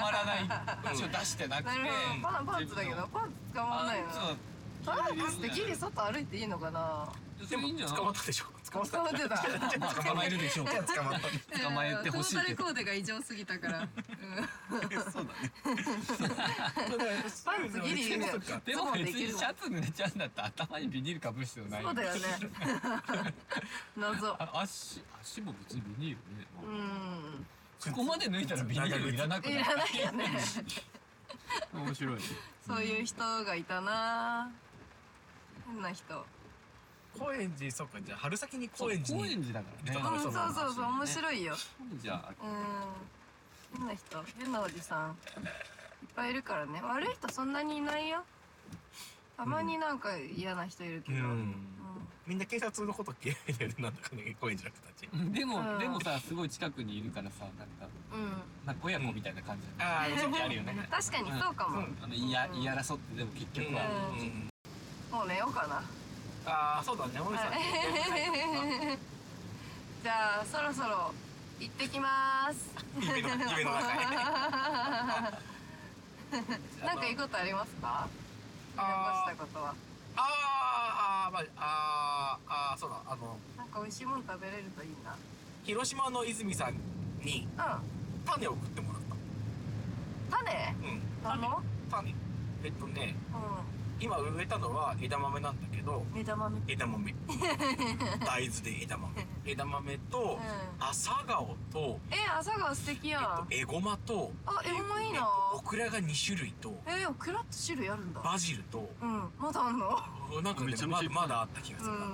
[SPEAKER 4] まらない。文章出してなくて
[SPEAKER 1] なる。ほどパンパンツだけどパンツ捕まんないな
[SPEAKER 4] そう
[SPEAKER 1] パンツってギリ外歩いていいのかな
[SPEAKER 2] で
[SPEAKER 4] でもいいんじゃ
[SPEAKER 2] も
[SPEAKER 4] ない
[SPEAKER 2] 捕まったでしょ捕まった
[SPEAKER 1] 捕まってた
[SPEAKER 4] まあ捕まえるでしょう。
[SPEAKER 2] じゃあ捕まった
[SPEAKER 4] 捕まえてほしい
[SPEAKER 1] トータ
[SPEAKER 4] け
[SPEAKER 1] ル
[SPEAKER 4] ど
[SPEAKER 1] コ。ーデが異常すぎたから、うん、
[SPEAKER 2] パ
[SPEAKER 1] ンツギリ
[SPEAKER 2] そっか
[SPEAKER 4] でも別にシャツ濡れちゃうんだったら頭にビニールかぶる必 要ない。
[SPEAKER 1] そうだよね 謎
[SPEAKER 4] あ足足も別にビニールね。
[SPEAKER 1] うん
[SPEAKER 4] そこまで抜いたらビニールいらなく
[SPEAKER 1] い
[SPEAKER 4] な
[SPEAKER 1] ら
[SPEAKER 4] い。
[SPEAKER 1] ないよね
[SPEAKER 4] 面白い。
[SPEAKER 1] そういう人がいたな変な人
[SPEAKER 2] 高円寺そっかじゃあ春先に
[SPEAKER 4] 高
[SPEAKER 2] 高円
[SPEAKER 4] 円
[SPEAKER 2] 寺
[SPEAKER 4] 寺
[SPEAKER 2] に
[SPEAKER 4] だからね。
[SPEAKER 1] うんそうそうそう面
[SPEAKER 4] い。
[SPEAKER 1] 白いよ
[SPEAKER 4] じゃあ
[SPEAKER 1] うん変な人変なおじさんいっぱいいるからね悪い人そんなにいないよたまになんか嫌な人いるけど、
[SPEAKER 2] う
[SPEAKER 1] うん
[SPEAKER 2] んみんな警察のこと嫌いだよねなんだかね高円寺の人たち
[SPEAKER 4] で
[SPEAKER 1] う
[SPEAKER 4] も
[SPEAKER 1] ん
[SPEAKER 4] でもさすごい近くにいるからさなんか
[SPEAKER 1] うん
[SPEAKER 4] なんか親子みたいな感じ。
[SPEAKER 2] ああそうかあるよね
[SPEAKER 1] 確かにそうかも、
[SPEAKER 4] あの言いや言い争ってでも結局は。
[SPEAKER 2] うんうん
[SPEAKER 1] もう寝ようかな
[SPEAKER 2] ああそうだね森さん
[SPEAKER 1] はいじゃあそろそろ行ってき ます
[SPEAKER 2] 夢の夢の中へ
[SPEAKER 1] なんかいいことありますか残したことは
[SPEAKER 2] あーあーまああーあーそうだあの
[SPEAKER 1] なんか美味しいもの食べれるといい
[SPEAKER 2] 広島の泉さんに
[SPEAKER 1] なうん
[SPEAKER 2] 種を送ってもらった
[SPEAKER 1] 種
[SPEAKER 2] うん
[SPEAKER 1] なの
[SPEAKER 2] 種えっとね
[SPEAKER 1] う
[SPEAKER 2] 今植えたのは枝豆なんだけど
[SPEAKER 1] ん目玉みたい
[SPEAKER 2] 枝豆 大豆で枝豆枝豆と
[SPEAKER 1] うん
[SPEAKER 2] 朝顔と
[SPEAKER 1] え朝顔素敵やん、
[SPEAKER 2] えっと、エゴマと
[SPEAKER 1] あエゴマいいな
[SPEAKER 2] えっとオクラが2種類と
[SPEAKER 1] えー、オクラって種類あるんだ
[SPEAKER 2] バジルと
[SPEAKER 1] うんまだあん の
[SPEAKER 2] なんかね
[SPEAKER 4] めちゃめちゃいっ
[SPEAKER 2] まだ
[SPEAKER 4] ぱい
[SPEAKER 2] まだあった気がす
[SPEAKER 1] う
[SPEAKER 2] るな、
[SPEAKER 1] ん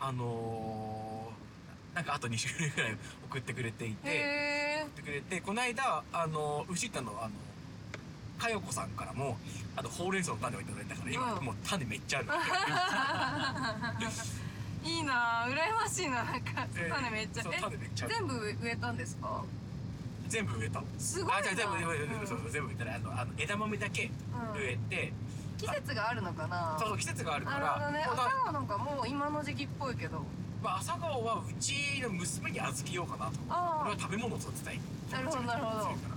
[SPEAKER 2] あのー、なんかあと2種類ぐらい送ってくれていて、
[SPEAKER 1] へえ
[SPEAKER 2] 送ってくれてこの間あの牛田のあのかよこさんからもあとほうれん草の種をいただいたから今、
[SPEAKER 1] うん
[SPEAKER 2] もう種めっ ちゃある
[SPEAKER 1] いいな羨ましいななんか
[SPEAKER 2] えー
[SPEAKER 1] 種めっちゃ
[SPEAKER 2] そう
[SPEAKER 1] え
[SPEAKER 2] 種めっちゃある
[SPEAKER 1] 全部植えたんですか
[SPEAKER 2] 全部植えた。
[SPEAKER 1] すごいな
[SPEAKER 2] あ、じゃあ全部、全部、全部
[SPEAKER 1] うん
[SPEAKER 2] そうそう、全部植えたら、あの、あの枝豆だけ
[SPEAKER 1] うん
[SPEAKER 2] 植えて、
[SPEAKER 1] 季節があるのかな
[SPEAKER 2] そうそう、季節があるか
[SPEAKER 1] なる
[SPEAKER 2] ら、
[SPEAKER 1] ほどね
[SPEAKER 2] ま
[SPEAKER 1] 朝
[SPEAKER 2] あ
[SPEAKER 1] 顔なんかもう今の時期っぽいけど
[SPEAKER 2] まあ、朝顔はうちの娘に預けようかなと。
[SPEAKER 1] あ
[SPEAKER 2] 俺は食べ物を育てたい。
[SPEAKER 1] なるほどなるほど
[SPEAKER 2] そうから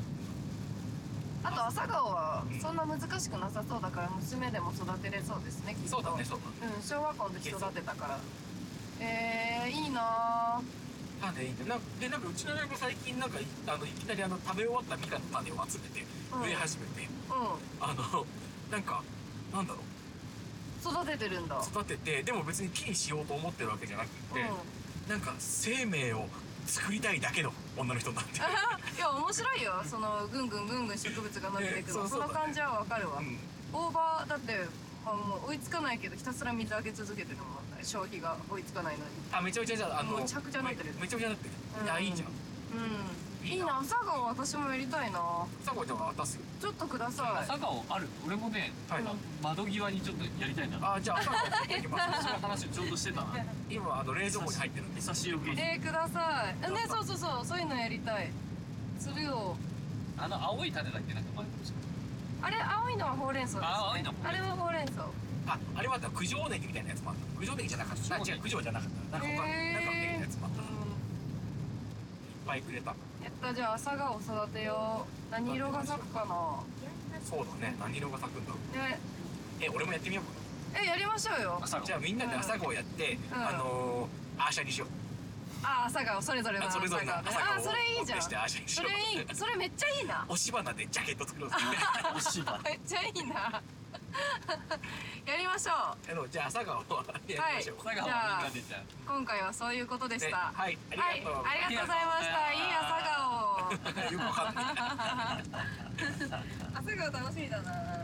[SPEAKER 1] ああと朝顔はそんな難しくなさそうだから娘でも育てれそうですねきっと
[SPEAKER 2] そうだね、そうだね。
[SPEAKER 1] うん小学校の時育てたからえー、いいなぁ
[SPEAKER 2] なんで、なんかでなんかうちの親も最近、なんか、いあの、いきなりあの、食べ終わったミカの種を集めて、
[SPEAKER 1] うん
[SPEAKER 2] 植え始めて、
[SPEAKER 1] う
[SPEAKER 2] あの、なんか、なんだろう、
[SPEAKER 1] ん育ててるんだ
[SPEAKER 2] 育てて、でも別に木にしようと思ってるわけじゃなく て、なんか生命を作りたいだけの女の人になってる。
[SPEAKER 1] いや面白いよそのぐんぐんぐんぐん植物が伸びていくの、そ
[SPEAKER 2] えそうそうだ
[SPEAKER 1] の
[SPEAKER 2] ね
[SPEAKER 1] 感じはわかるわ、
[SPEAKER 2] うん
[SPEAKER 1] 大葉だってあもう追いつかないけどひたすら水あげ続けてるもんね消費が追いつかないのに
[SPEAKER 2] あ、めちゃめちゃじゃあ、あの、
[SPEAKER 1] もうめちゃくちゃなってる
[SPEAKER 2] めめちゃくちゃなってる。
[SPEAKER 1] うん
[SPEAKER 2] いや、いいじゃん。
[SPEAKER 1] うん
[SPEAKER 2] い
[SPEAKER 1] い
[SPEAKER 2] い
[SPEAKER 1] い
[SPEAKER 2] な
[SPEAKER 1] な朝顔私もやりたいな
[SPEAKER 2] さこちゃんは渡すよ。
[SPEAKER 1] ちょっとください
[SPEAKER 4] 朝顔ある俺もね
[SPEAKER 2] はい。
[SPEAKER 1] うん
[SPEAKER 4] 窓際にちょっとやりたいな
[SPEAKER 2] あ、じゃあ、朝子ち ゃん行きます。
[SPEAKER 4] その話をちょうどしてたな
[SPEAKER 2] 今、あの、冷蔵庫に入ってるんで。
[SPEAKER 4] 久しぶり
[SPEAKER 1] えー、くださいねそうそうそうそういうのやりたいするよ
[SPEAKER 4] あの青い種だっけなんか前から
[SPEAKER 1] あれ青いのはほうれん草ですね
[SPEAKER 4] あ青いのほう
[SPEAKER 1] あ
[SPEAKER 4] れ
[SPEAKER 1] れ
[SPEAKER 4] ん
[SPEAKER 1] はほうれん草
[SPEAKER 2] あ、あれはあった、九条ネギみたいなやつもあった。九条ネギじゃなかった。あ違う、九条じゃなかった。なんか他、
[SPEAKER 1] へー
[SPEAKER 2] なんかネギのやつもあった。いっ
[SPEAKER 1] う
[SPEAKER 2] ぱいくれた。
[SPEAKER 1] んやったじゃあ朝顔育てよう何色が咲くかな
[SPEAKER 2] そうだね。何色が咲くんだろう。
[SPEAKER 1] ね
[SPEAKER 2] え、俺もやってみよう
[SPEAKER 1] えやりましょうよ
[SPEAKER 4] 朝
[SPEAKER 2] かな。じゃあ、
[SPEAKER 4] 顔
[SPEAKER 2] みんなで朝顔やって、
[SPEAKER 1] うん
[SPEAKER 2] あのー、アーシャにしよう。
[SPEAKER 1] あ朝顔それぞれの
[SPEAKER 2] あ
[SPEAKER 1] 朝顔
[SPEAKER 2] それぞれの朝
[SPEAKER 1] あ
[SPEAKER 2] 顔を
[SPEAKER 1] それいいじゃん
[SPEAKER 2] 持
[SPEAKER 1] そ
[SPEAKER 2] ってきてアーシャにしよ
[SPEAKER 1] れ
[SPEAKER 2] う。
[SPEAKER 1] いいそれめっちゃいいな
[SPEAKER 2] 押し花でジャケット作ろうぜ。
[SPEAKER 4] お芝
[SPEAKER 1] めっちゃいいな やりましょう
[SPEAKER 2] あのじゃあ朝顔をやりましょう。
[SPEAKER 4] 朝顔はみんな出ちゃう
[SPEAKER 1] 今回はそういうことでし
[SPEAKER 2] ね
[SPEAKER 1] た
[SPEAKER 2] はい、ありが
[SPEAKER 1] はい
[SPEAKER 2] とう。
[SPEAKER 1] ありがとうございましたいい朝顔
[SPEAKER 2] よくわかんない。
[SPEAKER 1] 朝顔楽しみだな